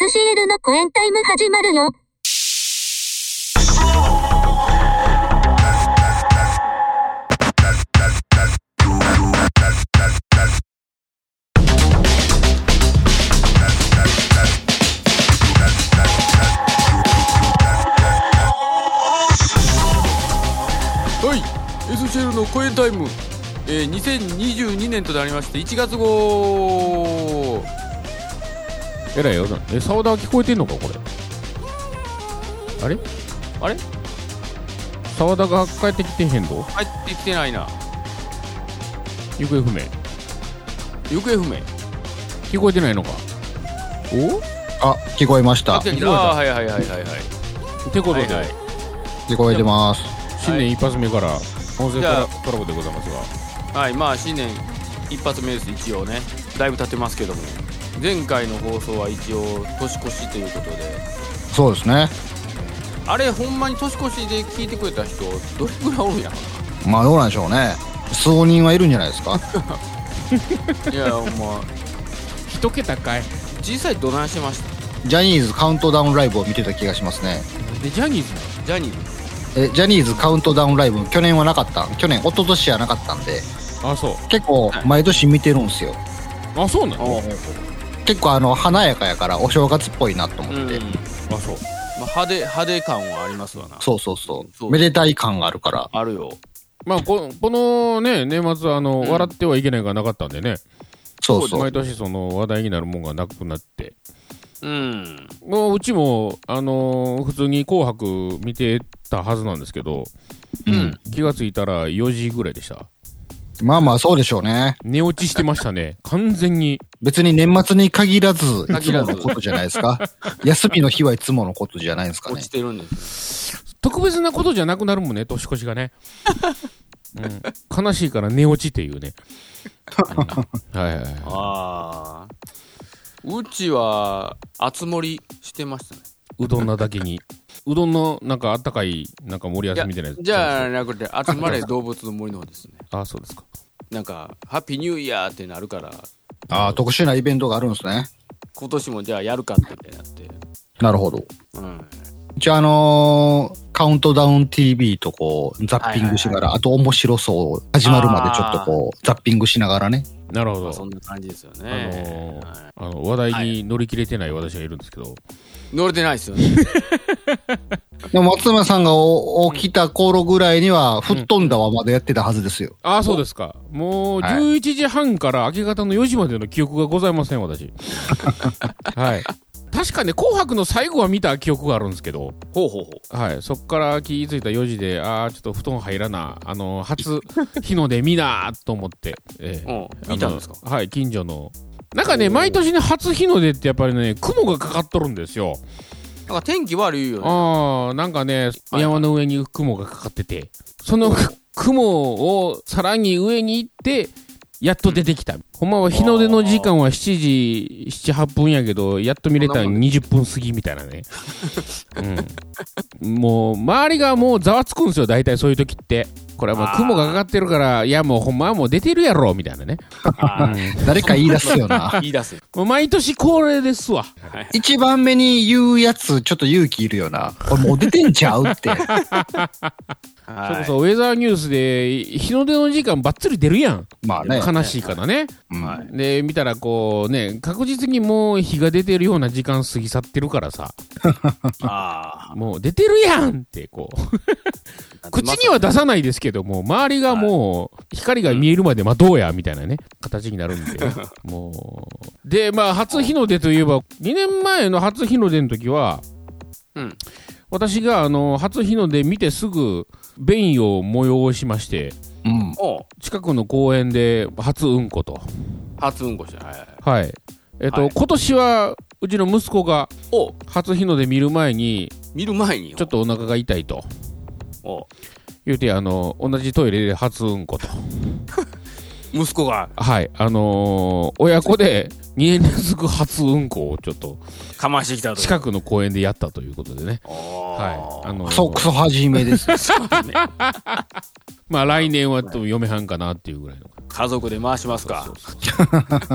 SCL のコエンタイム始まるよ。はい、SCL の公演タイム、えー、2022年となりまして1月号えらいよな。え、沢田は聞こえてんのか、これ。あれあれ沢田が帰ってきてへんの入ってきてないな行方不明。行方不明聞こえてないのか。おあ、聞こえました。て聞きたああーはいはいはいはいはいってことで、はいはいこえてます。新年一発目から、音声じゃあトラブルでございますが。はいまあ新年一発目です一応ねだいぶ経ってますけども前回の放送は一応年越しということでそうですね。あれほんまに年越しで聞いてくれた人どれぐらいおるんやろまあどうなんでしょうね。数人はいるんじゃないですか。ないやほんま一桁かい。実際どないしてましたジャニーズカウントダウンライブを見てた気がしますね。で、ジャニーズなジャニーズえ、ジャニーズカウントダウンライブ、去年はなかった。去年、一昨年はなかったんで、のあ、そ結構はい毎年見てるんですよ。う。あ、そうなの結構あの華やかやからお正月っぽいなとう思んって。あ、そまう。あ、派手派手感はありますわなそうそうそうそうめでたい感があるから。あるよまあ、ここのね、年末は、あの、うん笑ってはいけないがなかったんでね、そうそう。毎年その話題になるもんがなくなって、うんもううちも、あのー普通に紅白見てたはずなんですけど、ううんん。気がついたら4時ぐらいでした。まあまあそうでしょうね。寝落ちしてまし たね。完全に。別に年末に限らず、い限つらもずのことじゃないで すか。休みの日はいつものことじゃないですか落ねち。てるんです特別なことじゃなくなるもんね、年越しがね。うん、悲しいから寝落ちっていうね。うんはいはいはい。ああうちは熱盛りしてましたねうどんなだけに。うどんのなんかあったかい、なんか盛り合わせみたいなやつ。じゃあなくて集まれ動物の森の方ですねあ。そうですか。なんかハッピーニューイヤーってなるからああ、特殊なイベントがあるんですね。今年もじゃあやるかってみたいになってなるほど。うんじゃあ、あのーカウントダウン TV とこう、ザッピングしながら、あと面白そう、始まるまでちょっとこう、ザッピングしながらね。なるほまど。あそんな感じですよあねのーはいあの話題に乗り切れてない私がいるんですけど、乗れてないですよねでも、松村さんがお起きた頃ぐらいには、吹っ飛んだはまだやってたはずですよ。ああそうですかもうはい11時半から明け方の4時までの記憶がございませ ん私はい確かね「紅白」の最後は見た記憶があるんですけど、ほうほうほはい、そっから気づいた4時で、ああ、ちょっと布団入らな、あの、初日の出見なと思って、ええううん見たんですかあのはい、近所の。なんかね、毎年ね、初日の出ってやっぱりね、雲がかかっとるんですよ。なんか天気悪いよねああ、なんかね、はい山の上に雲がかかってて、その 雲をさらに上に行って、やっと出てきた。ほんまは日の出の時間は7時、7、8分やけど、やっと見れたそんなもん20分過ぎみたいなね。うん。もう、周りがもうざわつくんですよ、大体そういう時って。これはもう雲がかかってるから、いやもうほんまはもう出てるやろ、みたいなね。あ誰か言い出すよー。な言い出すもう毎年恒例ですわ。一番目に言うやつ、ちょっと勇気いるよな。これもう出てんちゃうって。それはこいそウェザーニュースで、日の出の時間ばっつり出るやん。まあね。悲しいからね。うんはいで、見たらこうね、確実にもう日が出てるような時間過ぎ去ってるからさ、あもう出てるやんってこ う、あ口には出さないですけども、周りがもう光が見えるまで待とうや、みたいなね、形に なるんで、もう。で、まあ、初日の出といえば、2年前の初日の出の時は、うん私があの、初日の出見てすぐ、便意を催しまして、うん。おう近くの公園で初うんこと。初うんこしてはいはいはい。えっと、はい今年は、うちの息子が、おう初日の出見る前に、見る前にちょっとお腹が痛いと。おう言うて、あの、同じトイレで初うんこと。息子がはい。あのー親子で2年連続初うんこをちょっと、かましてきたと近くの公園でやったということでね。はい。あはのークソクソ始めです。まあ来年はと嫁はんかなっていうぐらいの。い、家族で回しますか。そうそうそう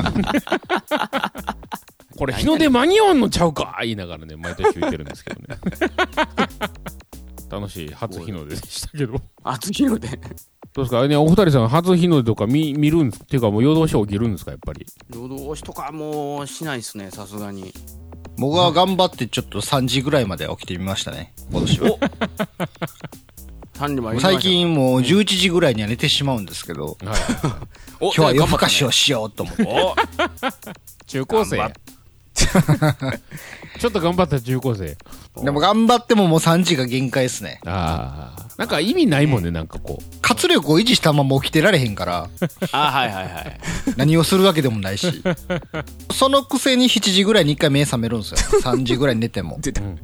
これ日の出間に合わんのちゃうか言いながらね、毎年言ってるんですけどね。 楽しい初日の出でしたけど。ど暑いので。うですかね、お二人さん、初日の出とか見見るんですっていうか、もう夜通し起きるんですか、やっぱ り。夜通しとかもうしないですね、さすがに。僕は頑張ってちょっと3時ぐらいまで起きてみましたね、今年は。三里もありました最。近もう11時ぐらいには寝てしまうんですけど、はい、お、今日は夜頑張更ったかねしをしようと思って。お中高生頑張。 ちょっと頑張った中高生。でも頑張ってももう3時が限界ですね。ああ。なんか意味ないもんね、なんかこう。活力を維持したまま起きてられへんから、 あ、はいはいはい。何をするわけでもないし。そのくせに7時ぐらいに1回目覚めるんですよ。3時ぐらいに寝て も。出た。うん。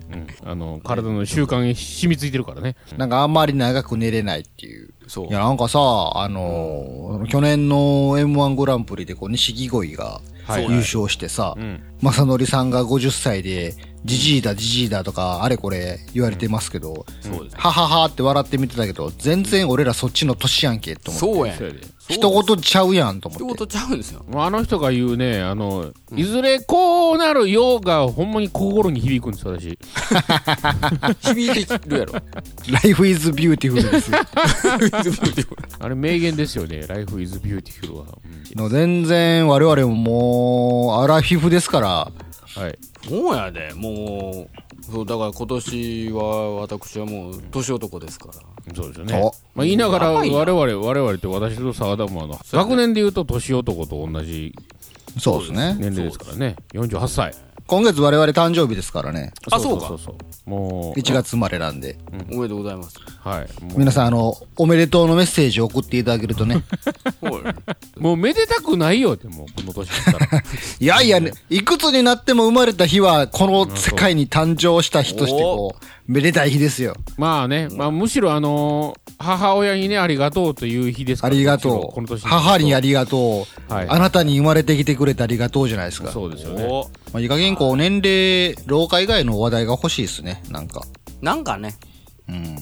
あの、体の習慣に染みついてるからね。なんかあんまり長く寝れないっていう。そういや、。なんかさ、あのー去年の M1 グランプリでこう、錦鯉がはい優勝してさ、うん。まさのりさんが50歳で、じじいだじじいだとか、あれこれ言われてますけど、そうです。はははって笑って見てたけど、全然俺らそっちの年やんけと 思って。そうやん。そうやで一言ちゃうやんと思一って。言ちゃうんですよ。もうあの人が言うね、あの、いずれこうなるよが、ほんまに心に響くんですよ、私。響いてるやろ。 Life is beautiful です。あれ名言ですよね、Life is Beautiful は。の全然我々ももう、アラフィフですから、うんはい。 そうやで、もう。そう、だから今年は私はもう年男ですから。そうですよおね。まあ、言いながら、やば我いな々、我々って私と沢田もあの、学年で言うと年男と同じそうですね。年齢ですからね、48歳。今月我々誕生日ですからね。あそうかそうそう。もう、 1月生まれなんで。おめでとうございます。はい。もう皆さん、あの、おめでとうのメッセージを送っていただけるとね。そうやねもうめでたくないよって、もうこの年だ ったら。いやいや、ね、いくつになっても生まれた日は、この世界に誕生した日として、こう、めでたい日ですよ。まあね、まあむしろあのー母親にね、ありがとうという日ですかあら。りがむしろとこの年う。母にありりがとう。はいあなたに生まれてきてくれてありがとうじゃないですか。そうですよね。おまあ、いい加減こう、年齢、老化以外の話題が欲しいですね。なんか。なんかね。うん。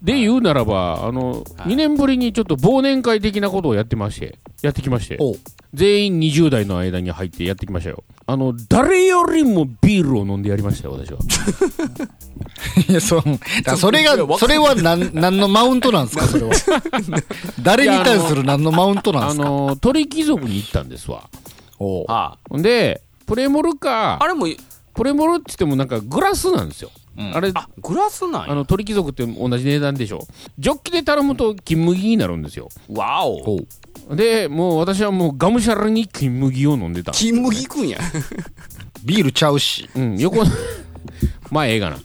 で、言うならば、あの、2年ぶりにちょっと忘年会的なことをやってまして、やってきまして、おう全員20代の間に入ってやってきましたよ。あの、誰よりもビールを飲んでやりましたよ、私は。いや、そう、だからそれがいやわ、かそれはなん、なんのマウントなんですか、それは。誰に対する何のマウントなんであすか。のー、鳥貴族に行ったんですわ。おうあんで、プレモルかあ。あ、れも、プレモルって言ってもなんかグラスなんですよ。あれ、あ、グラスなんあや。の鳥貴族って同じ値段でしょジョッキで頼むと金麦になるんですよわお。でもう私はもうがむしゃらに金麦を飲んでた、金麦くんや。ビールちゃうし。うん、横の まあええがな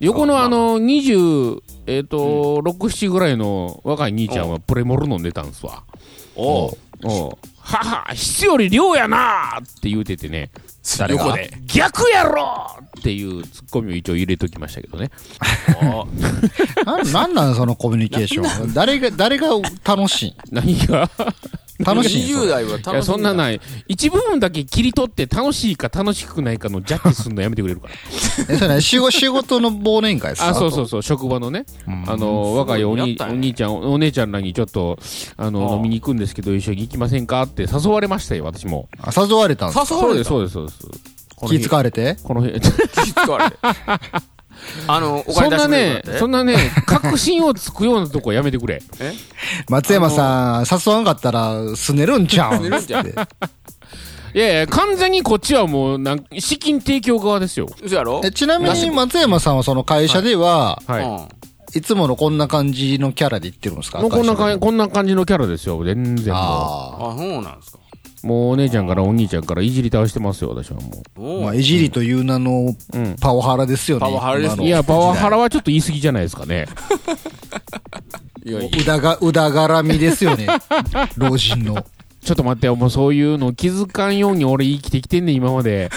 横のあの20えっ、と、67ぐらいの若い兄ちゃんはプレモル飲んでたんすわおう。おうはは質より量やなーって言うててね誰が横で。逆やろーっていうツッコミを一応入れときましたけどねおなん、なんなんそのコミュニケーション。誰が、誰が楽しい何が楽しいんそ20れ代は楽し。いやそんないない一部分だけ切り取って楽しいか楽しくないかのジャッジするのやめてくれるから え、それね、仕事、仕事の忘年会さ。。あそうそううそう職場のねあの若いおやにったおね兄ちゃんお姉ちゃんらにちょっとあのああ飲みに行くんですけど一緒に行きませんかって誘われましたよ私もあ誘われたんです誘そわうれですたそうですそうですこの気日使われてこの日気使 われてあの、おそ金ん出してなくれるかねらってそんなね確信をつくようなとこやめてくれ松山さん、誘わんかったら、すねるんちゃうんすねるんちゃうっていやいや完全にこっちはもうなん資金提供側ですよ嘘やろえちなみに松山さんはその会社では、はい、い、つものこんな感じのキャラで言ってるんですかもうこんな会か社でこんな感じのキャラですよ全然もうああ、そうなんですか。もうお姉ちゃんからお兄ちゃんからいじり倒してますよ、私はもあ。おまあ、ういじりという名のうんパワハラですよね。パワハラですね今う。のいや、パワハラはちょっと言い過ぎじゃないですかね。いやいやうだが、うだがらみですよね。老人の。ちょっと待ってよ、もうそういうの気づかんように俺生きてきてんねん、今まで。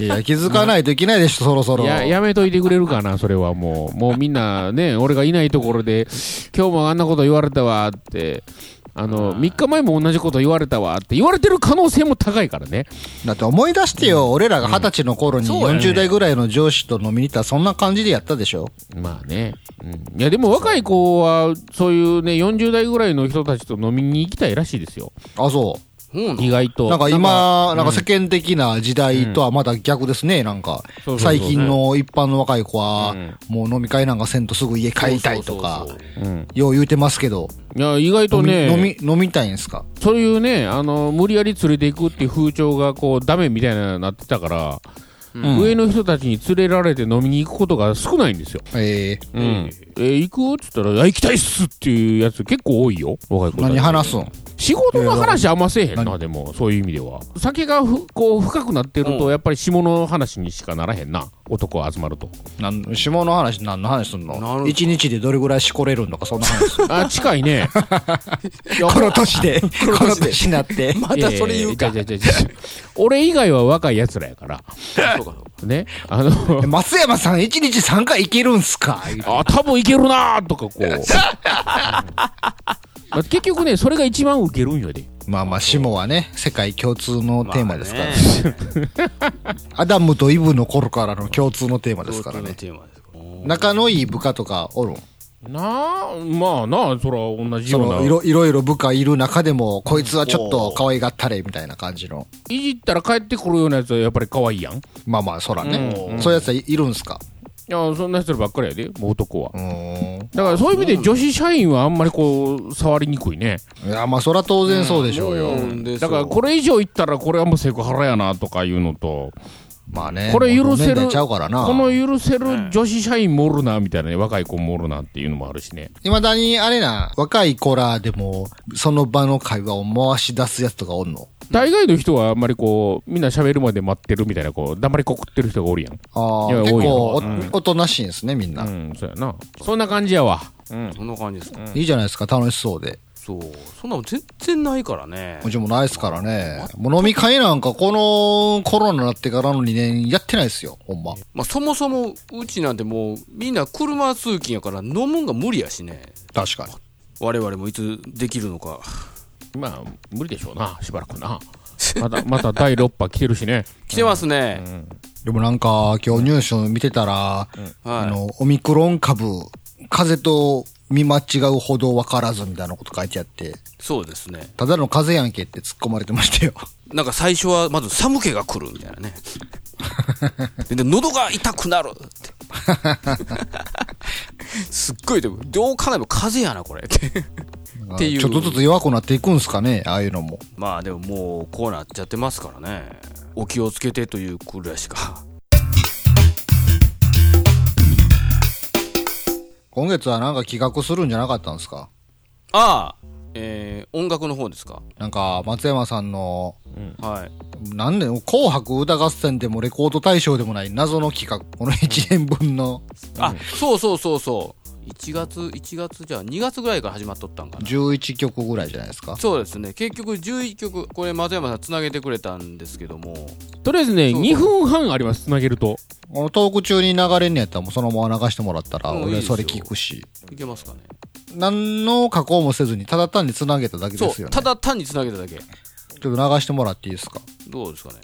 いや、気づかないといけないでしょ、そろそろ。や、やめといてくれるかな、それはもう。もうみんなね、俺がいないところで、今日もあんなこと言われたわって。あの、3日前も同じこと言われたわって言われてる可能性も高いからね。だって思い出してよ、俺らが二十歳の頃に40代ぐらいの上司と飲みに行ったらそんな感じでやったでしょ。まあね。うん。いや、でも若い子は、そういうね、40代ぐらいの人たちと飲みに行きたいらしいですよ。あ、そそうなん意外と。なんか今、ななんんかか世間的な時代とはまだ逆ですね、なんそかうそうそうそう。最近の一般の若い子はうん、もう飲み会なんかせんとすぐ家帰りたいとかそう、そうそうそううん、よう言うてますけど、いや意外と飲み、ね飲み、飲みたいんすかそういうねあの無理やり連れていくっていう風潮がこうダメみたいなのになってたから、うん上の人たちに連れられて飲みに行くことが少ないんですよ。ええうんえー行くっつったらあ「行きたいっす!」っていうやつ結構多いよ若い子たち何話すん仕事の話あんませえへんいやなでもそういう意味では酒がふこう深くなってるうとやっぱり下の話にしかならへんな男集まるとなん下の話何の話すんなるの一日でどれぐらいしこれるのかそんな話すんあ近 いねこの年でこの年になってまたそれ言うか。いやいやいやいやいや俺以外は若いやつらやから そうかそうかねあの 松山さん一日3回いけるんすか言うてあ多分いけるなーとか こう、うんまあ結局ねそれが一番ウケるんよでまあまあ下はね世界共通のテーマですから、まあねねアダムとイブの頃からの共通のテーマで共すから通のねテーマですからね。仲のいい部下とかおるんなあまあなあそら同じそようなのいろいろいろ部下いる中でもこいつはちょっと可愛がったれみたいな感じのいじったら帰ってくるようなやつはやっぱり可愛いやんいまあまあそらね、うんそういうやつはいいるんすかやそんなやつらばっかりやでもう男はうーんだからそういう意味で女子社員はあんまりこう触りにくいねいやまあそら当然そうでしょうよ、うんですだよからこれ以上言ったらこれはもうセクハラやなとかいうのとまあねこれ許せるもう同年代ちゃうからなこの許せる女子社員もおるなみたいなね若い子もおるなっていうのもあるしねいまだに、あれな、若い子らでも、その場の会話を回し出すやつとかおんの大概の人はあんまりこうみんな喋るまで待ってるみたいなこう黙りこくってる人がおるやんああいや、結多いよ構お、うんおとなしいんですね、みんな。うんそうやなそんな感じやわうんそんな感じですか。いいじゃないですか、楽しそうで。そう。そんなの全然ないからねう。ちもないですからね。もう飲み会なんか、このコロナになってからの2年やってないですよ、ほんま。まあそもそもうちなんてもうみんな車通勤やから飲むんが無理やしね。確かに。我々もいつできるのか。まあ無理でしょうなしばらくなまたまた第6波来てるしね来てますね。でもなんか、今日ニュースを見てたら、あはの、オミクロン株、風邪と見間違うほどわからずみたいなこと書いてあって、い。そうですね。ただの風邪やんけって突っ込まれて ましたよ。なんか最初はまず寒気が来るみたいな ね。で、で喉が痛くなる って。すっごいでも、どう考えも風邪やな、これって。っていうちょっとずつ弱くなっていくんすかね、ああいうのも。まあでももうこうなっちゃってますからね。お気をつけてというくらいしか。今月はなんか企画するんじゃなかったんですかああ、えー、音楽の方ですか。なんか松山さんのはい。何年紅白歌合戦でもレコード大賞でもない謎の企画この1年分のあ、そうそうそうそう。1月、1月じゃあ2月ぐらいから始まっとったんかな。 11曲ぐらいじゃないですかそうですね。結局11曲、これ松山さんつなげてくれたんですけども。とりあえずねそう2分半ありますつなげるとこのトーク中に流れんのやったらもうそのまま流してもらったらうんいい俺ですよそれ聞くしいけますかね。何の加工もせずにただ単につなげただけそですう、よねただ単につなげただけ。ちょっと流してもらっていいですかどうですかね。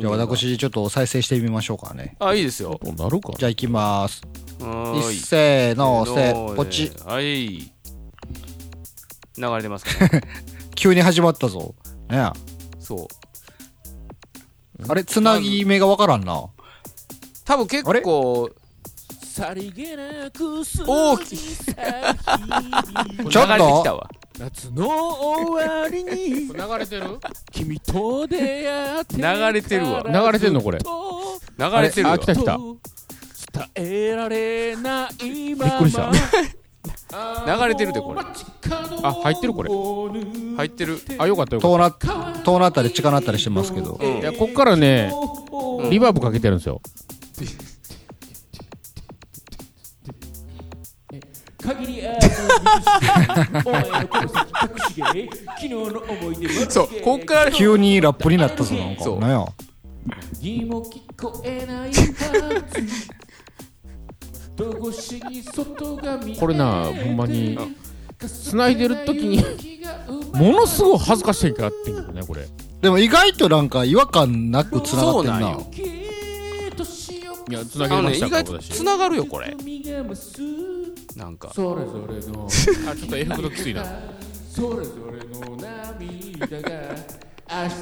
じゃあ。私ちょっと再生してみましょうかねあ、いいですよ。どうなるかじゃあ行きますはーいっせーのせーポチ。はい。流れてます かね。急に始まったぞねえそう。あれ、つなぎ目がわからんな。多分結あれ構、さりげなくす大きいちょっと流れてきたわ。夏の終 わりに流れてる君と出会って流れてるわ流れてんのこれ流れてるよあれあ来た来た伝えられないまびっくりした流れてるでこれあ入ってるこれ入ってる。あよかったよかっ遠な、遠なったり近なったりしてますけど。たいやこっからねリバーブかけてるんですよ限りあるお前のこの先隠し芸昨日の思い出はそう、こっから、急にラップになったぞ、なんか。そうなんや。にも聞こえないはず戸越しに外が見えてこれなほんまに繋いでる時にものすごい恥ずかしいからってんけどねこれいでも意外となんか違和感なく繋がってんそうなんなよ。きっと潮風やつなあげのまね、した意外と私繋がるよ、これ。が増すなんか。それぞれのあちょっと英語がきついなそれぞれの涙が明日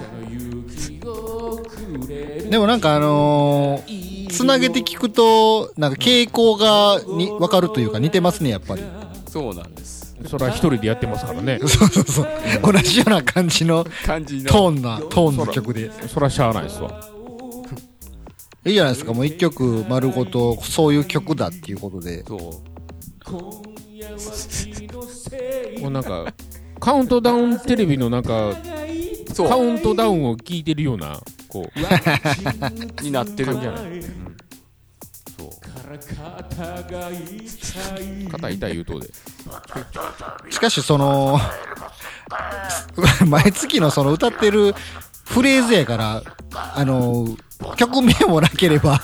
の雪をくれるでもなんかあのー、つなげて聞くと、なんか傾向がに分かるというか似てますね、やっぱり。そうなんですそれは一人でやってますから ねそうそうそう。 同じような感じの感じのトーンな、トーンの曲で。そらしゃあないですわいいじゃないですか、もう一曲丸ごと、そういう曲だっていうことで。そうもうなんかカウントダウンテレビのなんかそうカウントダウンを聞いてるようなこうになってる感じじゃない、うんそう肩痛い言うとうでしかしその、 毎月のその歌ってるフレーズやから、あの、曲名もなければ、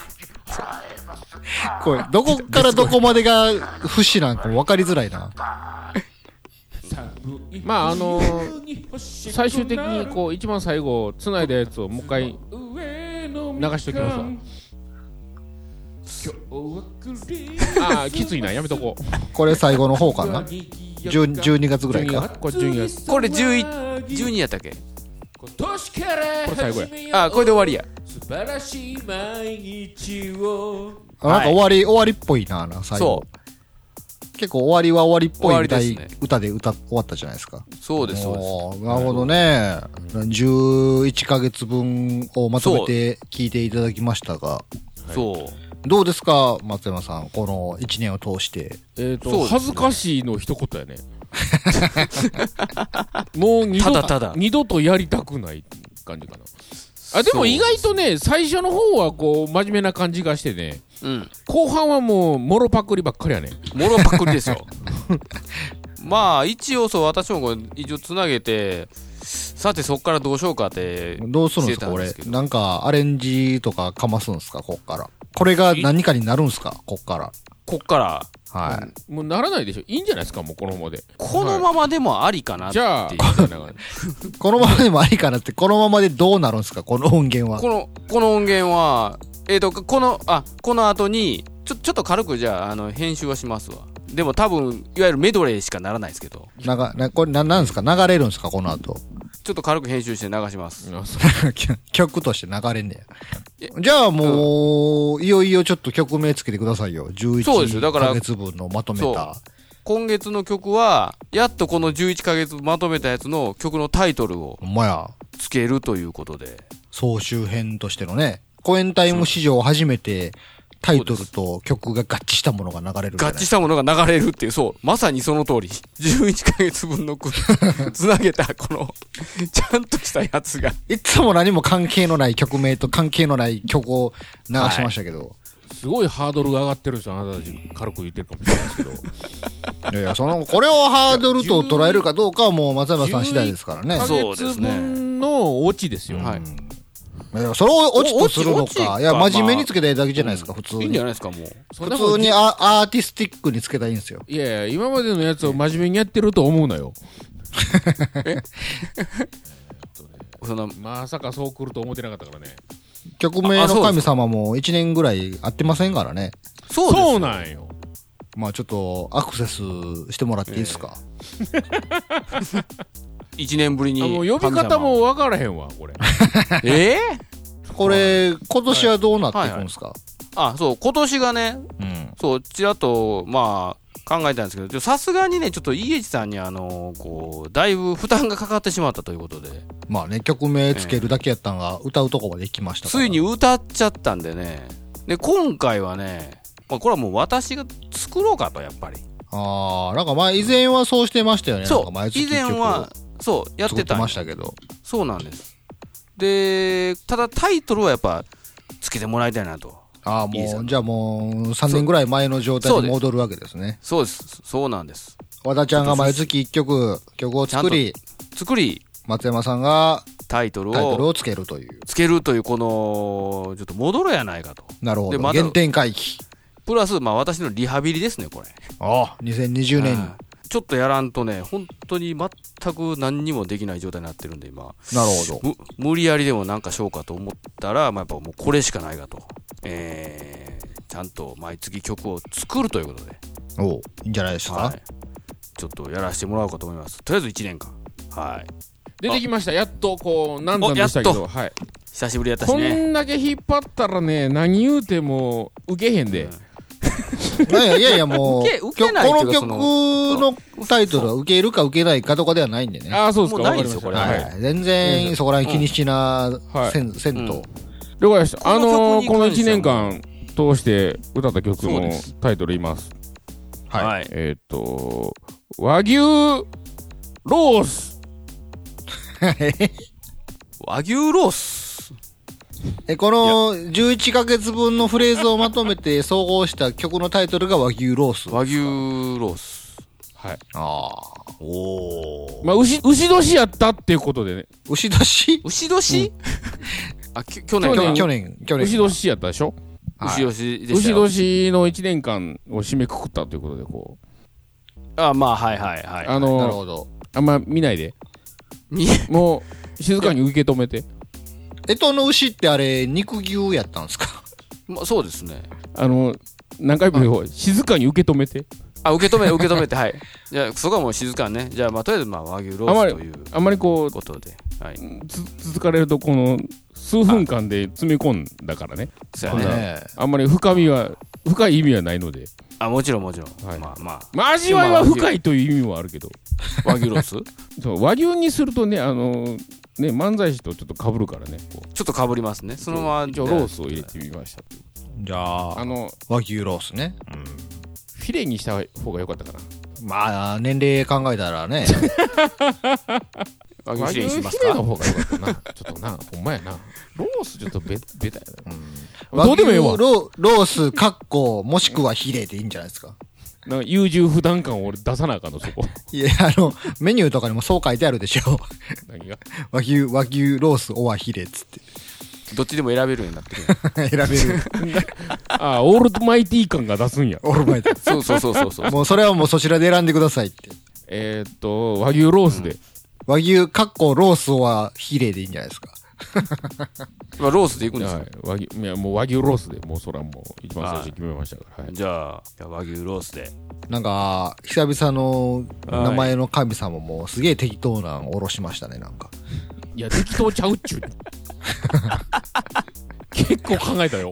これ、どこからどこまでが節なんかも分かりづらいな。 まああのー最終的にこう一番最後つないだやつをもう一回 流しときますわああきついなやめとこうこれ最後の方かな。10 12月ぐらい順位がか。これ順位がこれ11 12やったっけ今年からこれ最後や始めようあこれで終わりや素晴らしい毎日をあなんか終わり、終わりっぽいな、な最後そ。結構終わりは終わりっぽいみた終わりいですね歌で歌終わったじゃないですか。うそうですそうですおーなるほどね。11ヶ月分をまとめて聞いていただきましたが、そうどうですか、松山さん、この1年を通して。えっ、そうですと、ね恥ずかしいの一言やね。 もう二度ただただ二度とやりたくない感じかな。あでそもう意外とね、最初の方はこう真面目な感じがしてね、うん後半はもうもろパクリばっかりやね。もろパクリですよまあ一応そう私もこれ一応つなげてさてそっからどうしようかってどうするんですしてたか、んこですれけ。どなんかアレンジとかかますんですか、こっから。これが何かになるんですか、こっから。こっからはい。もうならないでしょ。いいんじゃないですか、もうこのままで。このままでもありかなってじいう、ゃあ、みたいな感じこのままでもありかなって、このままでどうなるんですか、この音源はこ。のこの音源はえっ、とこのあこの後にちょちょっと軽くじゃああの編集はしますわでも多分いわゆるメドレーしかならないですけどなが、な、これな、なんですか、流れるんですか、この後。 ちょっと軽く編集して流しますあそ曲として流れんねや。じゃあもう、いよいよちょっと曲名つけてくださいよ。そうですよ11だからヶ月分のまとめた。今月の曲はやっとこの11ヶ月まとめたやつの曲のタイトルをほんまや、つけるということで総集編としてのね、公演タイム史上初めてタイトルと曲が合致したものが流れるんじゃ合ない。致したものが流れるっていう、そう、まさにその通り。11ヶ月分のこの つなげた、この、 ちゃんとしたやつが。いつも何も関係のない曲名と関係のない曲を流しましたけど。うすごいハードルが上がってるんですよ、あなたたち。軽く言ってるかもしれないです けど。い、やいや、その、これをハードルと捉えるかどうかはもう松山さん次第ですからね。 11そう1で月すね分のオチですよ。はい。いやそれをオチとするのオチオか。チいや、真面目につけたいだけじゃないですか、普通いにいんじ。ゃないですか、もう。そんな普こと通にアアーティスティックにつけたらいいんですよ。いやいや、今までのやつを真面目にやってると思うなよ。その、まさかそう来ると思ってなかったからね。曲名あそうのです神様も1年ぐらい会ってませんからね。そうです。そうなんよ。まあちょっとアクセスしてもらっていいですか。 1年ぶりに。あもう呼び方も分からへんわ、これ。神様。ええこれ、今年はどうなっていくんですかあ、そう、今年がね、うん。そう、ちらっと、まあ、考えたんですけどちょ、さすがにね、ちょっと、イエジさんに、あの、こう、だいぶ負担がかかってしまったということで、まあね、曲名つけるだけやったんが、歌うとこまで行きましたからついに。歌っちゃったんでね。で、今回はね、まあ、これはもう私が作ろうかと、やっぱり。ああ、なんか前、以前はそうしてましたよね。なんそかう毎、月以前は、そう、やっ作てってたんよましたけど。そうなんです。で、ただタイトルはやっぱ、つけてもらいたいなと。ああ、いいですもよう、じゃあもう、3年ぐらい前の状態そうでにす戻るわけですね。そうです。そうなんです。和田ちゃんが毎月1曲、曲を作り、作り、松山さんがタイトルタイトルををつけるという。つけるという、この、ちょっと戻るやないかと。なるほでど。まだ原点回帰。プラス、まあ私のリハビリですね、これ。ああ、2020年に。はいちょっとやらんとね、本当に全く何にもできない状態になってるんで、今。なるほど。む無理やりでもなんかしようかと思ったら、まあ、やっぱもうこれしかないかと。えー、ちゃんと毎月曲を作るということで。おういいんじゃないですか、はい、ちょっとやらせてもらおうかと思いますとりあえず1年間はい出てきました。やっと、こう、難産でしたけおど、はい。久しぶりやったしこねんだけ引っ張ったらね、何言うても、受けへんで。いやいやいや、もう、受け受けないってこいうのか曲のタイトルは受けるか受けないかとかではないんでね。ああ、そうですか。もうわなかいりでますよした。これは。はいい。全然そこら辺気にしな、はいせん、せんうんと。了解でした。あのー、ここのの曲に関し1ては年間通して歌った曲そうのですタイトル言います。はいはいえーっと、和牛ロース。和牛ロースえ、この11ヶ月分のフレーズをまとめて総合した曲のタイトルが和牛ロース。和牛ロースはい。ああ。おおまあ、牛、牛年やったっていうことでね。牛年牛年あき去年去か年、去年、去牛年。年やったでしょ牛年でした牛よ年の1年間を締めくくったということで、こう。あまあはいはいはいあなるのー、ほど。あんま見ないで。にもう、静かに受け止めて。えとの牛ってあれ、肉牛やったんですか まあそうですねあの、何回も言う方静かに受け止めて。あ受け止め受け止めてはい じゃあそこはもう静かにねじゃあまあとりあえずまあ和牛ロあまーりスというあんまりこう、ことではいつ続かれると、この、数分間で詰め込んだからね。そうやねねあんまり深みは、深い意味はないので。あもちろんもちろん、はいまあまあまあ、味わいは深いという意味はあるけど。和牛ロース そう和牛にするとね、あの、ね、漫才師とちょっと被るからね。こうちょっとかぶりますねそのまま一応ロースを入れてみました。じゃあ、の、和牛ロースね。フィレにした方が良かったかな。まあ、年齢考えたらね。和牛フィレにしますフィレのか方が良かったな。 ちょっとな、ほんまやな。ロースちょっとべ、べたやな。和どうで牛もええわ。ロロース、カッコ、もしくはヒレでいいんじゃないですか。なんか優柔不断感を俺出さなあかんの、そ こ。いや、あの、メニューとかにもそう書いてあるでしょ。 何が。和牛、和牛ロース、オアヒレっつって。どっちでも選べるようになってる 選べる。ああ、オールマイティー感が出すんや。オールマイト。そうそうそうそうそう もうそれはもうそちらで選んでくださいって。えーっと、和牛ロースで。和牛、カッコ、ロース、オアヒレでいいんじゃないですか。まあロースでいくんですよ、はい、和牛いやもう和牛ロースでもうそれはもう一番最初に決めましたから、はいじゃあじゃあ和牛ロースでなんか、久々のはい名前の神様もすげえ適当なんおろしましたね、なんか。い、や適当ちゃうっちゅう 結構考えたよ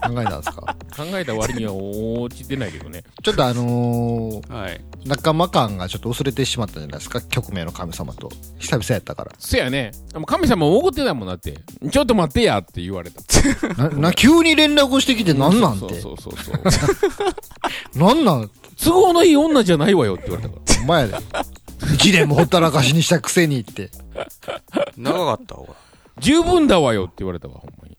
考えたんですか考えた割には落ちてないけどねちょっとあのはいー、仲間感がちょっと薄れてしまったんじゃないですか、曲名の神様と。久々やったかせやねあの神様も怒ってたもんだってちょっと待ってやって言われたら。な、な、急に連絡してきてなんなんて。そうそうそうそうなんなん都合のいい女じゃないわよって言われたからお前で。一年もほったらかしにしたくせにって。長かった方が十分だわよって言われたわほんまに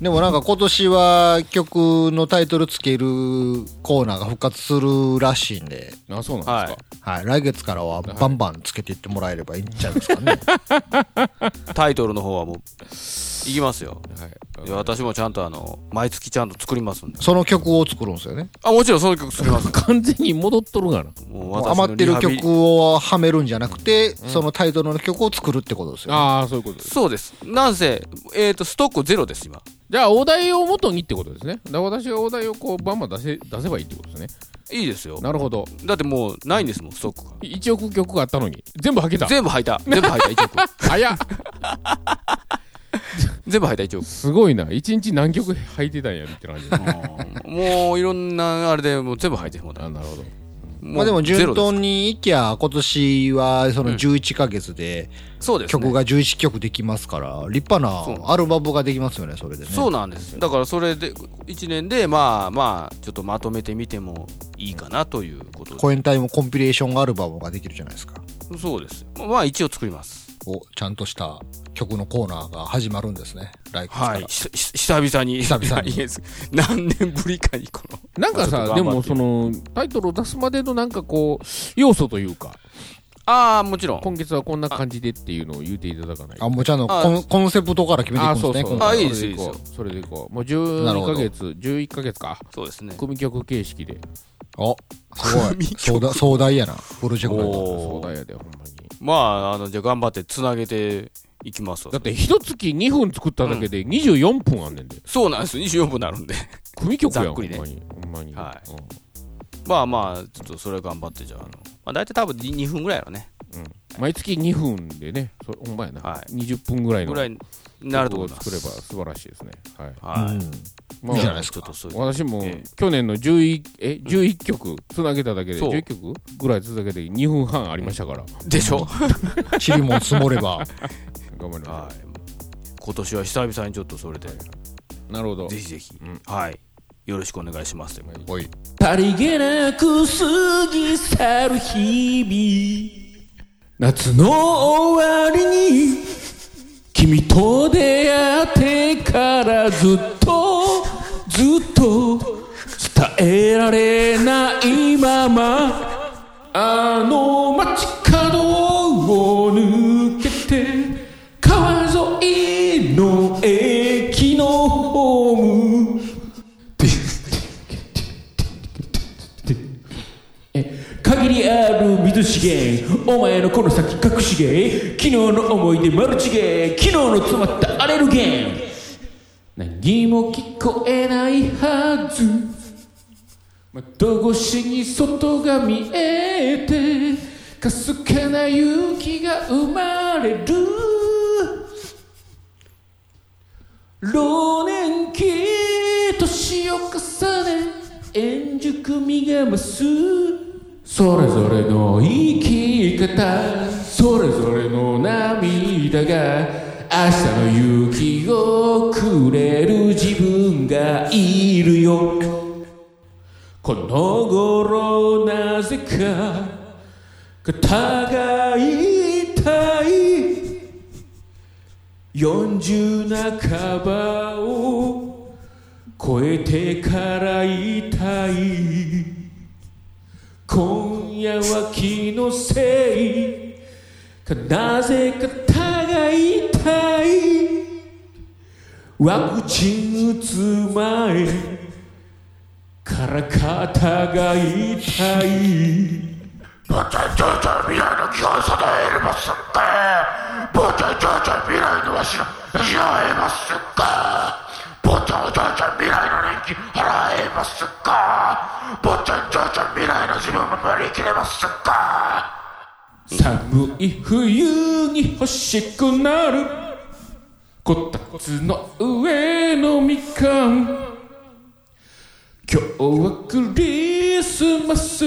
でもなんか今年は曲のタイトルつけるコーナーが復活するらしいんで、あそうなんですか、はい、来月からはバンバンつけていってもらえればいいんちゃいますかね。タイトルの方はもういきますよはいいや私もちゃんとあの毎月ちゃんと作りますんでその曲を作るんですよね。あもちろんその曲作ります完全に戻っとるがなもうもう私の余ってるリハビ曲リをはめるんじゃなくて、そのタイトルの曲を作るってことですよ、ね。ああそういうことですそうですなんせえっ、とストックゼロです今じゃあお題を元にってことですねだから私がお題をこうバンバン出せ出せばいいってことですねいいですよなるほどだってもうないんですもんストックが1億曲があったのに全部はけた全部 履いた全部履いた一曲早っ全部履いた一曲すごいな一日何曲履いてたんやみたい な感じもういろんなあれでもう全部履いてもうたあなるほどもまあうでもゼロで順す当にいきゃ今年はその11ヶ月でそうです、ね、曲が11曲できますから立派そうなアルバムができますよねそれでねそうなんですだからそれで1年でまあまあちょっとまとめてみてもいいかなということでコエンタイムコンピレーションアルバムができるじゃないですかそうですまあ一応作りますおちゃんとした曲のコーナーが始まるんですね来月から、はいひひ久々に久々に いやいや何年ぶりかにこのなんかちょっさとで頑張もってそのタイトルを出すまでのなんかこう要素というかああもちろん今月はこんな感じでっていうのを言うていただかないあもうちゃんとコンコンセプトから決めていくんですねそうそう今回あいいですそれこういいそれでいこうもうなる12ほどヶ月11ヶ月かそうですね組曲形式でおすごい壮大壮大やなプロジェクトそおうーだよでほんまにまああのじゃあ頑張ってつなげていきますわだって一月2分作っただけで24分あんねんでそうなんです24分になるんで組曲やざんっほくりんねまにほんまにはいうんまあまあちょっとそれ頑張ってじゃああの、まあ、大体多分 2, 分ぐらいやろね毎月2分でね、そほんまやな、は20分ぐらいのぐらいになると思いま作ればす。素晴らしいですね。はい。はい。まいいじゃあないですかちょっとそういう私もええ去年の11え11曲つなげただけでそう11曲ぐらい続けて2分半ありましたからでしょ塵も積もれば。頑張りまはい。 今年は久々にちょっとそれで、す。なるほどぜ。ひぜひうん、はい。よろしくお願いしますという。おい。さりげなく過ぎ去る日々夏の終わりに君と出会ってからずっとずっと伝えられないままあの街角を抜けて川沿いの駅のホーム限りある水資源お前のこの先隠し芸昨日の思い出マルチ芸昨日の詰まったアレルゲン何も聞こえないはず窓越しに外が見えてかすかな勇気が生まれる老年期年を重ね円熟味が増すそれぞれの生き方それぞれの涙が明日の勇気をくれる自分がいるよこの頃なぜか肩が痛い40半ばを超えてから痛い今夜は気のせいかなぜか互い痛いワクチン打つ前から肩が痛い寒い冬に欲しくなるこたつの上のみかん今日はクリスマス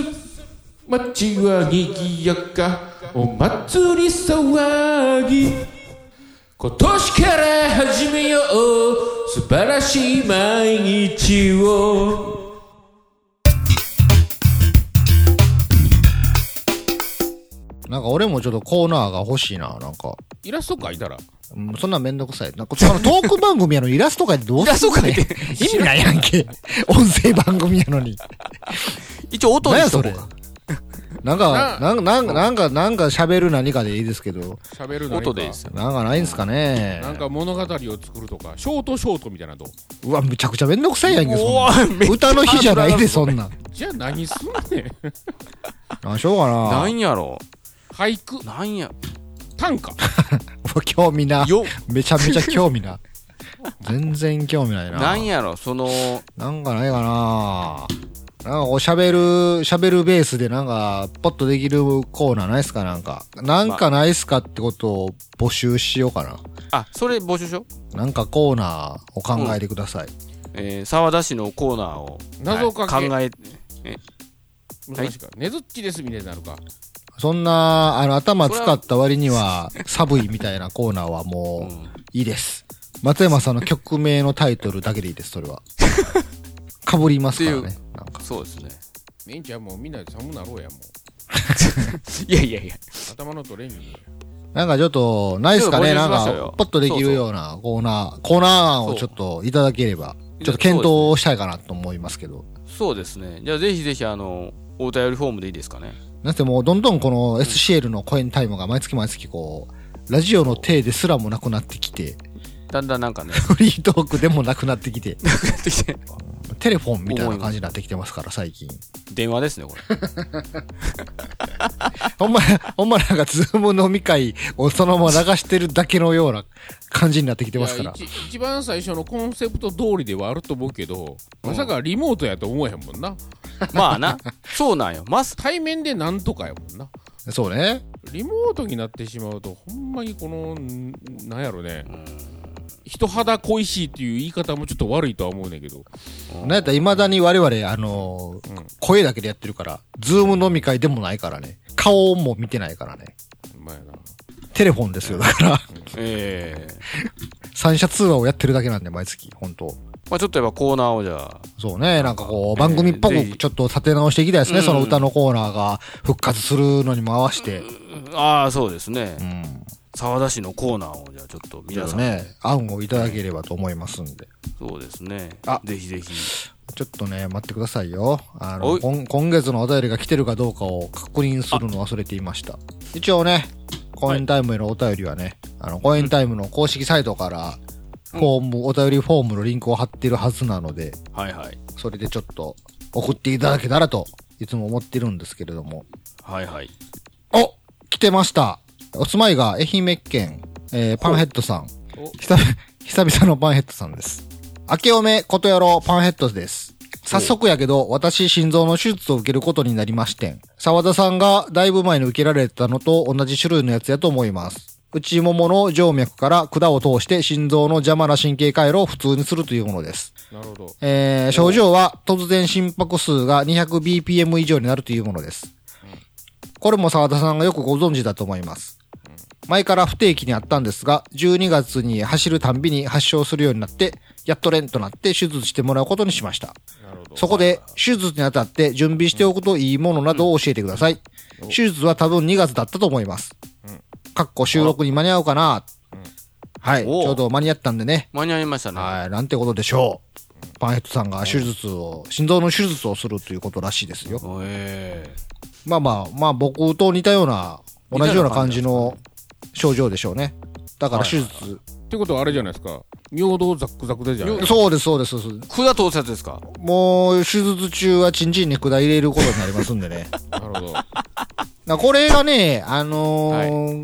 街は賑やかお祭り騒ぎ今年から始めよう素晴らしい毎日をなんか俺もちょっとコーナーが欲しいな、なんか。イラスト描いたらうんそんなんめんどくさい。なんか、そのトーク番組やのにイラスト描いてどうすんねん意味ないやんけ。音声番組やのに。一応音に何やしとそこうれか。。なんか、なんか、なんか、なんか、なんか喋る何かでいいですけど、喋るの音でいいですよ。なんかないんすかねなんか物語を作るとかショートショートみたいなとうわ、めちゃくちゃめんどくさいやんけ、そんおーめっちゃな歌の日じゃないで、そんなん。じゃあ何すんねん何しようかな。なんやろ俳句なんや。短歌うわ 興味な。よ、めちゃめちゃ興味な。全然興味ないな。なんやろその、なんかないかななんかこう喋る、喋るベースでなんか、ポッとできるコーナーないっすかなんか。なんかないっすかってことを募集しようかな。あ、それ募集しよう。なんかコーナーを考えてください。えー、沢田市のコーナーを謎かけはい考難しいかねずっちですみたいになるかそんな、あの、頭使った割には、寒いみたいなコーナーはえ、もう、うんいいです。松山さんの曲名のタイトルだけでいいです、それは。かぶりますからっねて。なんかそうですね。メンちゃんもうみんなで寒なろうやもう いやいやいや、頭のトレーニングなんかちょっと、ないっすかねちょなっんと募集しましょうよか、ポッとできるようなコーナー、コーナー案をちょっといただければ、ちょっと検討をしたいかなと思いますけど。そうですね。じゃあぜひぜひ、あの、お便りフォームでいいですかね。なんてもうどんどんこの SCL のコエンタイムが毎月毎月こう、ラジオの体ですらもなくなってきて、 だんだんなんか ね、フリートークでもなくなってきて、やってきてテレフォンみたいな感じになってきてますから、最近。電話ですね、これ。ほんま、ほんまなんかズーム飲み会をそのまま流してるだけのような感じになってきてますかいやら。一一番最初のコンセプト通りではあると思うけど、まさかリモートやと思えへんもんなまあな、そうなんよ。マス、対面でなんとかやもんなそうね。リモートになってしまうと、ほんまにこの、んなんやろね、人肌恋しいっていう言い方もちょっと悪いとは思うねんけど、なんやったら未だに我々、あのー声だけでやってるから、ズーム飲み会でもないからね。顔も見てないからね。まあやな。テレフォンですよ、だから。ええ三者通話をやってるだけなんで、毎月、本当まあちょっとやっぱコーナーをじゃあ、そうね、なんかこう、番組っぽえーぜくひちょっと立て直していきたいですね、うんその歌のコーナーが復活するのにも合わせて。ああ、そうですうね。ん。沢田市のコーナーをじゃあちょっとちょ皆っさとん、ね、案をいただければと思いますんで。そうですね。あぜひぜひ。ちょっとね、待ってくださいよ。あおの、いこん今月のお便りが来てるかどうかを確認するの忘れていました。一応ね、コインタイムへのお便りはね、あの、コインタイムの公式サイトから、フォーム、お便りフォームのリンクを貼ってるはずなので、はいはい。それでちょっと送っていただけたらと、いつも思ってるんですけれども。はいはい。お来てました。お住まいが愛媛県、えーパンヘッドさん。久々久々のパンヘッドさんです。明けおめことやろパンヘッドです。早速やけど、私、心臓の手術を受けることになりましてん。沢田さんがだいぶ前に受けられたのと同じ種類のやつやと思います。内ももの静脈から管を通して心臓の邪魔な神経回路を普通にするというものです。なるほど。えー症状は突然心拍数が 200bpm 以上になるというものです。これも沢田さんがよくご存知だと思います。前から不定期にあったんですが、12月に走るたんびに発症するようになって、やっとレンとなって手術してもらうことにしました。そこで、手術にあたって準備しておくといいものなどを教えてください。手術は多分2月だったと思います。かっこ収録に間に合うかな、はい、ちおうょうど間に合ったんでね。間に合いましたね。はい、なんてことでしょう。パンヘッドさんが手術を、心臓の手術をするということらしいですよ。えまあまあ、まあ僕と似たような、同じような感じの症状でしょうね。だから手術。ってことはあれじゃないですか、尿道ザックザクでじゃないそうです、そうです、そうです。え管通すやつですかもう、手術中はチンチンに管入れることになりますんでね。なるほど。だからこれがね、あの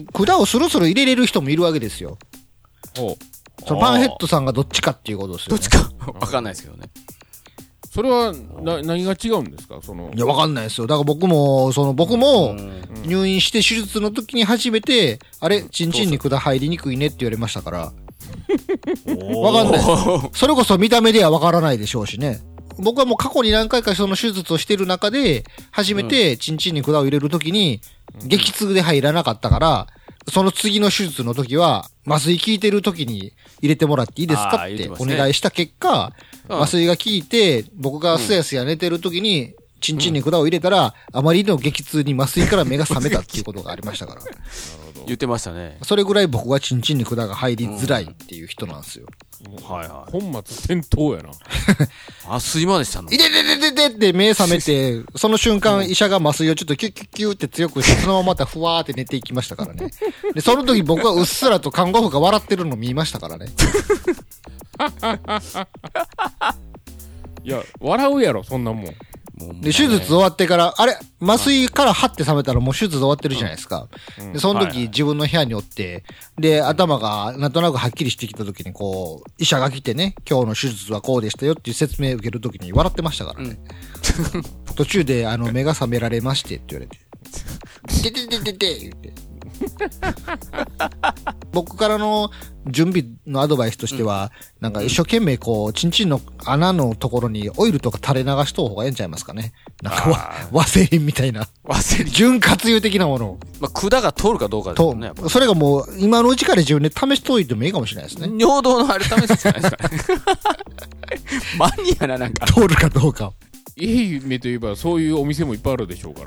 ー管をスルスル入れれる人もいるわけですよ。ほうそのパンヘッドさんがどっちかっていうことですよ、ね。かわかんないですけどね。それはな何が違うんですかそのいや、わかんないですよ。だから僕も、その僕も入院して手術の時に初めて、あれ、チンチンに管入りにくいねって言われましたから、わかんない。それこそ見た目ではわからないでしょうしね。僕はもう過去に何回かその手術をしてる中で、初めてチンチンに管を入れる時に、激痛で入らなかったから、その次の手術の時は、麻酔効いてる時に入れてもらっていいですあかーっ言っててまおすね願いした結果、うん麻酔が効いて、僕がすやすや寝てる時に、チンチンに管を入れたら、あまりの激痛に麻酔から目が覚めたっていうことがありましたから。言ってましたね。それぐらい僕はチンチンに管が入りづらいっていう人なんですよ。はいは本末転倒やな。い。麻酔までしたのいてててててって目覚めて、その瞬間医者が麻酔をちょっとキュッキュッキュッって強くして、そのまままたふわーって寝ていきましたからね。で、その時僕はうっすらと看護婦が笑ってるの見ましたからね。いや、笑うやろ、そんなもん。で、手術終わってから、あれ麻酔からはって覚めたらもう手術終わってるじゃないですか。で、そのはいはい時自分の部屋におって、で、頭がなんとなくはっきりしてきた時にこう、医者が来てね、今日の手術はこうでしたよっていう説明を受ける時に笑ってましたからね。途中で、あの、目が覚められましてって言われて。ででででで言って。僕からの準備のアドバイスとしては、なんか一生懸命こう、チンチンの穴のところにオイルとか垂れ流しとう方がええんちゃいますかね。なんかわワセリンみたいな、忘れて。潤滑油的なものを。まあ、管が通るかどうかですとよね、やっぱ、それがもう今のうちから自分で試しておいてもいいかもしれないですね。尿道のあれ試すじゃないですか。 マニアな、なんか。通るかどうかを。いい目といえば、そういうお店もいっぱいあるでしょうか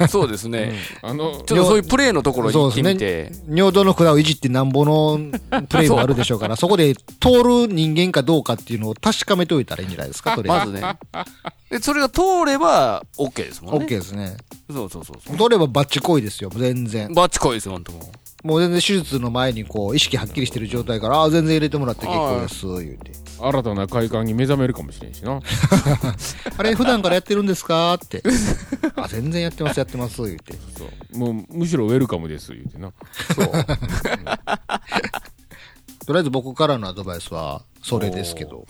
ら。そうですね。あの、ちょっとそういうプレイのところに行ってみて。尿道の管をいじってなんぼのプレイもあるでしょ うから、そこで通る人間かどうかっていうのを確かめておいたらいいんじゃないですか、とりあえまず。ずね。で、それが通れば、OK ですもんオね。ッケーですね。そうそうそうそ取ればバッチコイですよ、全然う。。バッチコイです、ほんともう。もう全然手術の前にこう、意識はっきりしてる状態から、ああ、全然入れてもらって結構です、言うて。新たな快感に目覚めるかもしれんしな。あれ、普段からやってるんですかって。あ、全然やってます、やってます、言うて。そうもう、むしろウェルカムです、言うてな。そう。とりあえず僕からのアドバイスは、それですけど。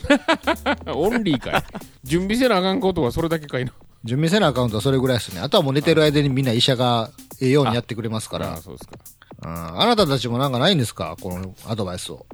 オンリーかい。準備せなあかんことはそれだけかいな。準備せなアカウントはそれぐらいですね。あとはもう寝てる間にみんな医者がええようにやってくれますからあ、そうですか。うんあなたたちもなんかないんですかこのアドバイスを。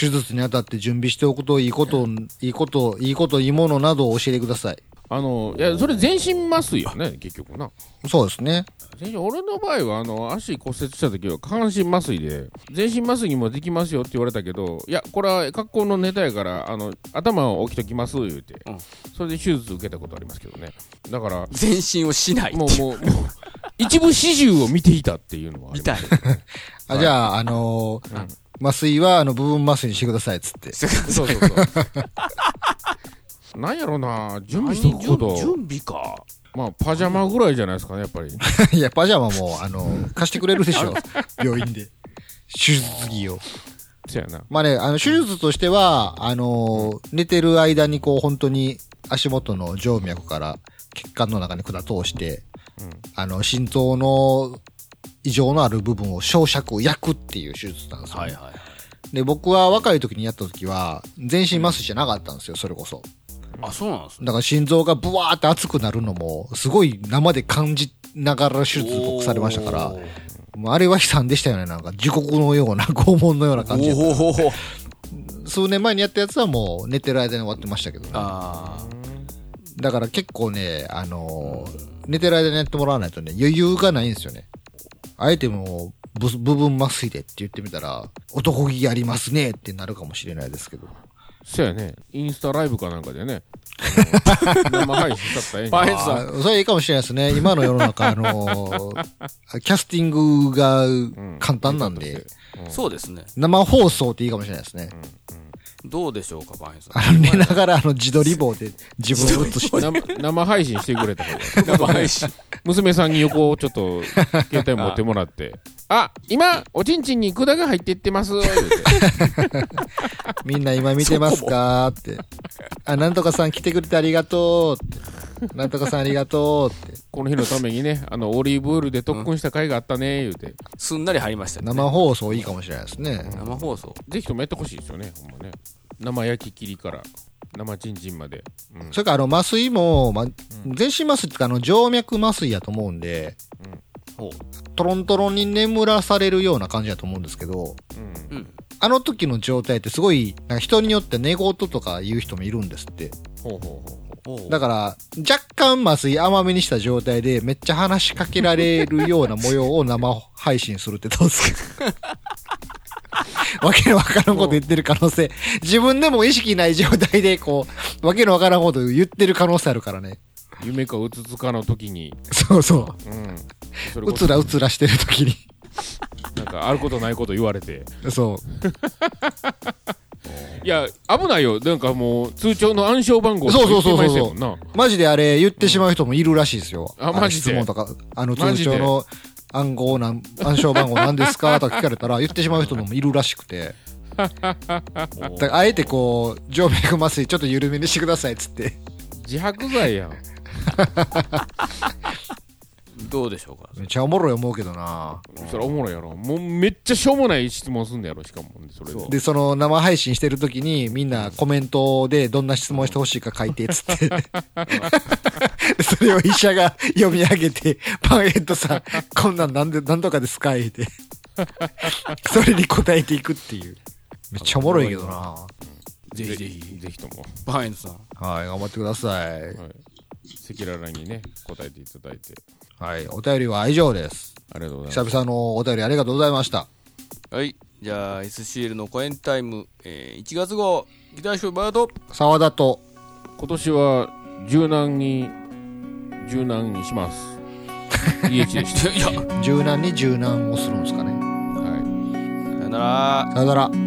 手術にあたって準備しておくといいこと、いいこと、いいこと、いいものなどを教えてください。あの、いや、それ全身麻酔よね、結局な。そうですね。全身、俺の場合は、あの、足骨折した時は下半身麻酔で、全身麻酔にもできますよって言われたけど、いや、これは格好のネタやから、あの、頭を置きときます、言うて、うんそれで手術受けたことありますけどね。だから、全身をしない。もう、もう、もう、一部始終を見ていたっていうのはありみます。たい。あ、じゃあ、あのー麻酔は、あの、部分麻酔にしてください、つって。 そうそうそう。なんやろな、準備しておくこと。準備か。まあ、パジャマぐらいじゃないですかね、やっぱり。いや、パジャマも、あのー貸してくれる でしょ。病院で。手術着を。そうやな。まあね、あの、手術としては、あのー寝てる間にこう、本当に足元の静脈から血管の中に管通して、あの、心臓の異常のある部分を焼灼、焼くっていう手術なんですよ、ねはい。で、僕は若い時にやった時は、全身麻酔じゃなかったんですよ、それこそ。あ、そうなんですね。だから心臓がブワーって熱くなるのも、すごい生で感じながら手術僕されましたから、もうあれは悲惨でしたよね、なんか、地獄のような、拷問のようなお感じで。ーおー。数年前にやったやつはもう寝てる間に終わってましたけどね。ああ。だから結構ね、あのー寝てる間にやってもらわないとね、余裕がないんですよね。あえてもう、ぶ部分麻酔でって言ってみたら、男気ありますねってなるかもしれないですけど。そうやね。インスタライブかなんかでね。あ の生配信しちゃったらパええエんちゃさん。あそれいいかもしれないです ね。今の世の中、あのーキャスティングがう簡単なんで、そうですね。生放送っていいかもしれないですね。どうでしょうか、パエさあの、寝ながら、あの、自撮り棒で自分を映して、生生配信してくれた方がん。やばいし。娘さんに横をちょっと携帯持ってもらって「あ今おちんちんに管が入っていってます」言うてみんな今見てますかって。あ、なんとかさん来てくれてありがとうって。なんとかさんありがとうって。この日のためにねあのオリーブオイルで特訓した回があったね言うて、すんなり入りましたね。生放送いいかもしれないですね。生放送。ぜひともやってほしいですよねほんまね生焼き切りから生ちんちんまで、うんそれから、あの、麻酔も、ま、全身麻酔ってか、あの、静脈麻酔やと思うんで、ほトロントロンに眠らされるような感じだと思うんですけど、うんう。うん。あの時の状態ってすごい、なんか人によって寝言とか言う人もいるんですって。ほうほうほうほおーだから、若干麻酔甘めにした状態で、めっちゃ話しかけられるような模様を生配信するってどう ですかわけのわからんこと言ってる可能性。自分でも意識ない状態で、こう、わけのわからんこと言ってる可能性あるからね。う夢かうつつかの時に、そうそ。うん、そうれうこつそらうつらしてる時に。なんかあることないこと言われて そいや危ないよなんかもう通帳の暗証番号そうそうそうそ言ってうましたもんなう。マジであれ言ってしまう人もいるらしいですよ。あのマジで質問とか、あのマ通ジで帳の暗号なん、暗証番号なんですかとか聞かれたら言ってしまう人もいるらしく て。だからあえてこう、静脈麻酔ちょっと緩めにしてくださいっつって。自白罪やんどうでしょうか。めっちゃおもろい思うけどなそれおもろいやろもうめっちゃしょうもない質問すんだやろしかもそれでで、その生配信してる時にみんなコメントでどんな質問してほしいか書いてっつ って。それを医者が読み上げて、パンヘッドさん、こんなんなんで、なんとかですか言って。それに答えていくっていう。めっちゃおもろいけどなぜひぜひ。ぜひともパエさん。はい、頑張ってください。赤裸々にね答えていただいてはい、お便りは以上です。ありがとうございま久す々のお便りありがとうございました。はい。じゃあ、SCL のコエンタイム、えー、1月号、ギターショーバード。沢田と、今年は柔軟に柔軟にします EH でしたいや、さ柔軟に柔軟をするんですかね。はいよなら。さよなら。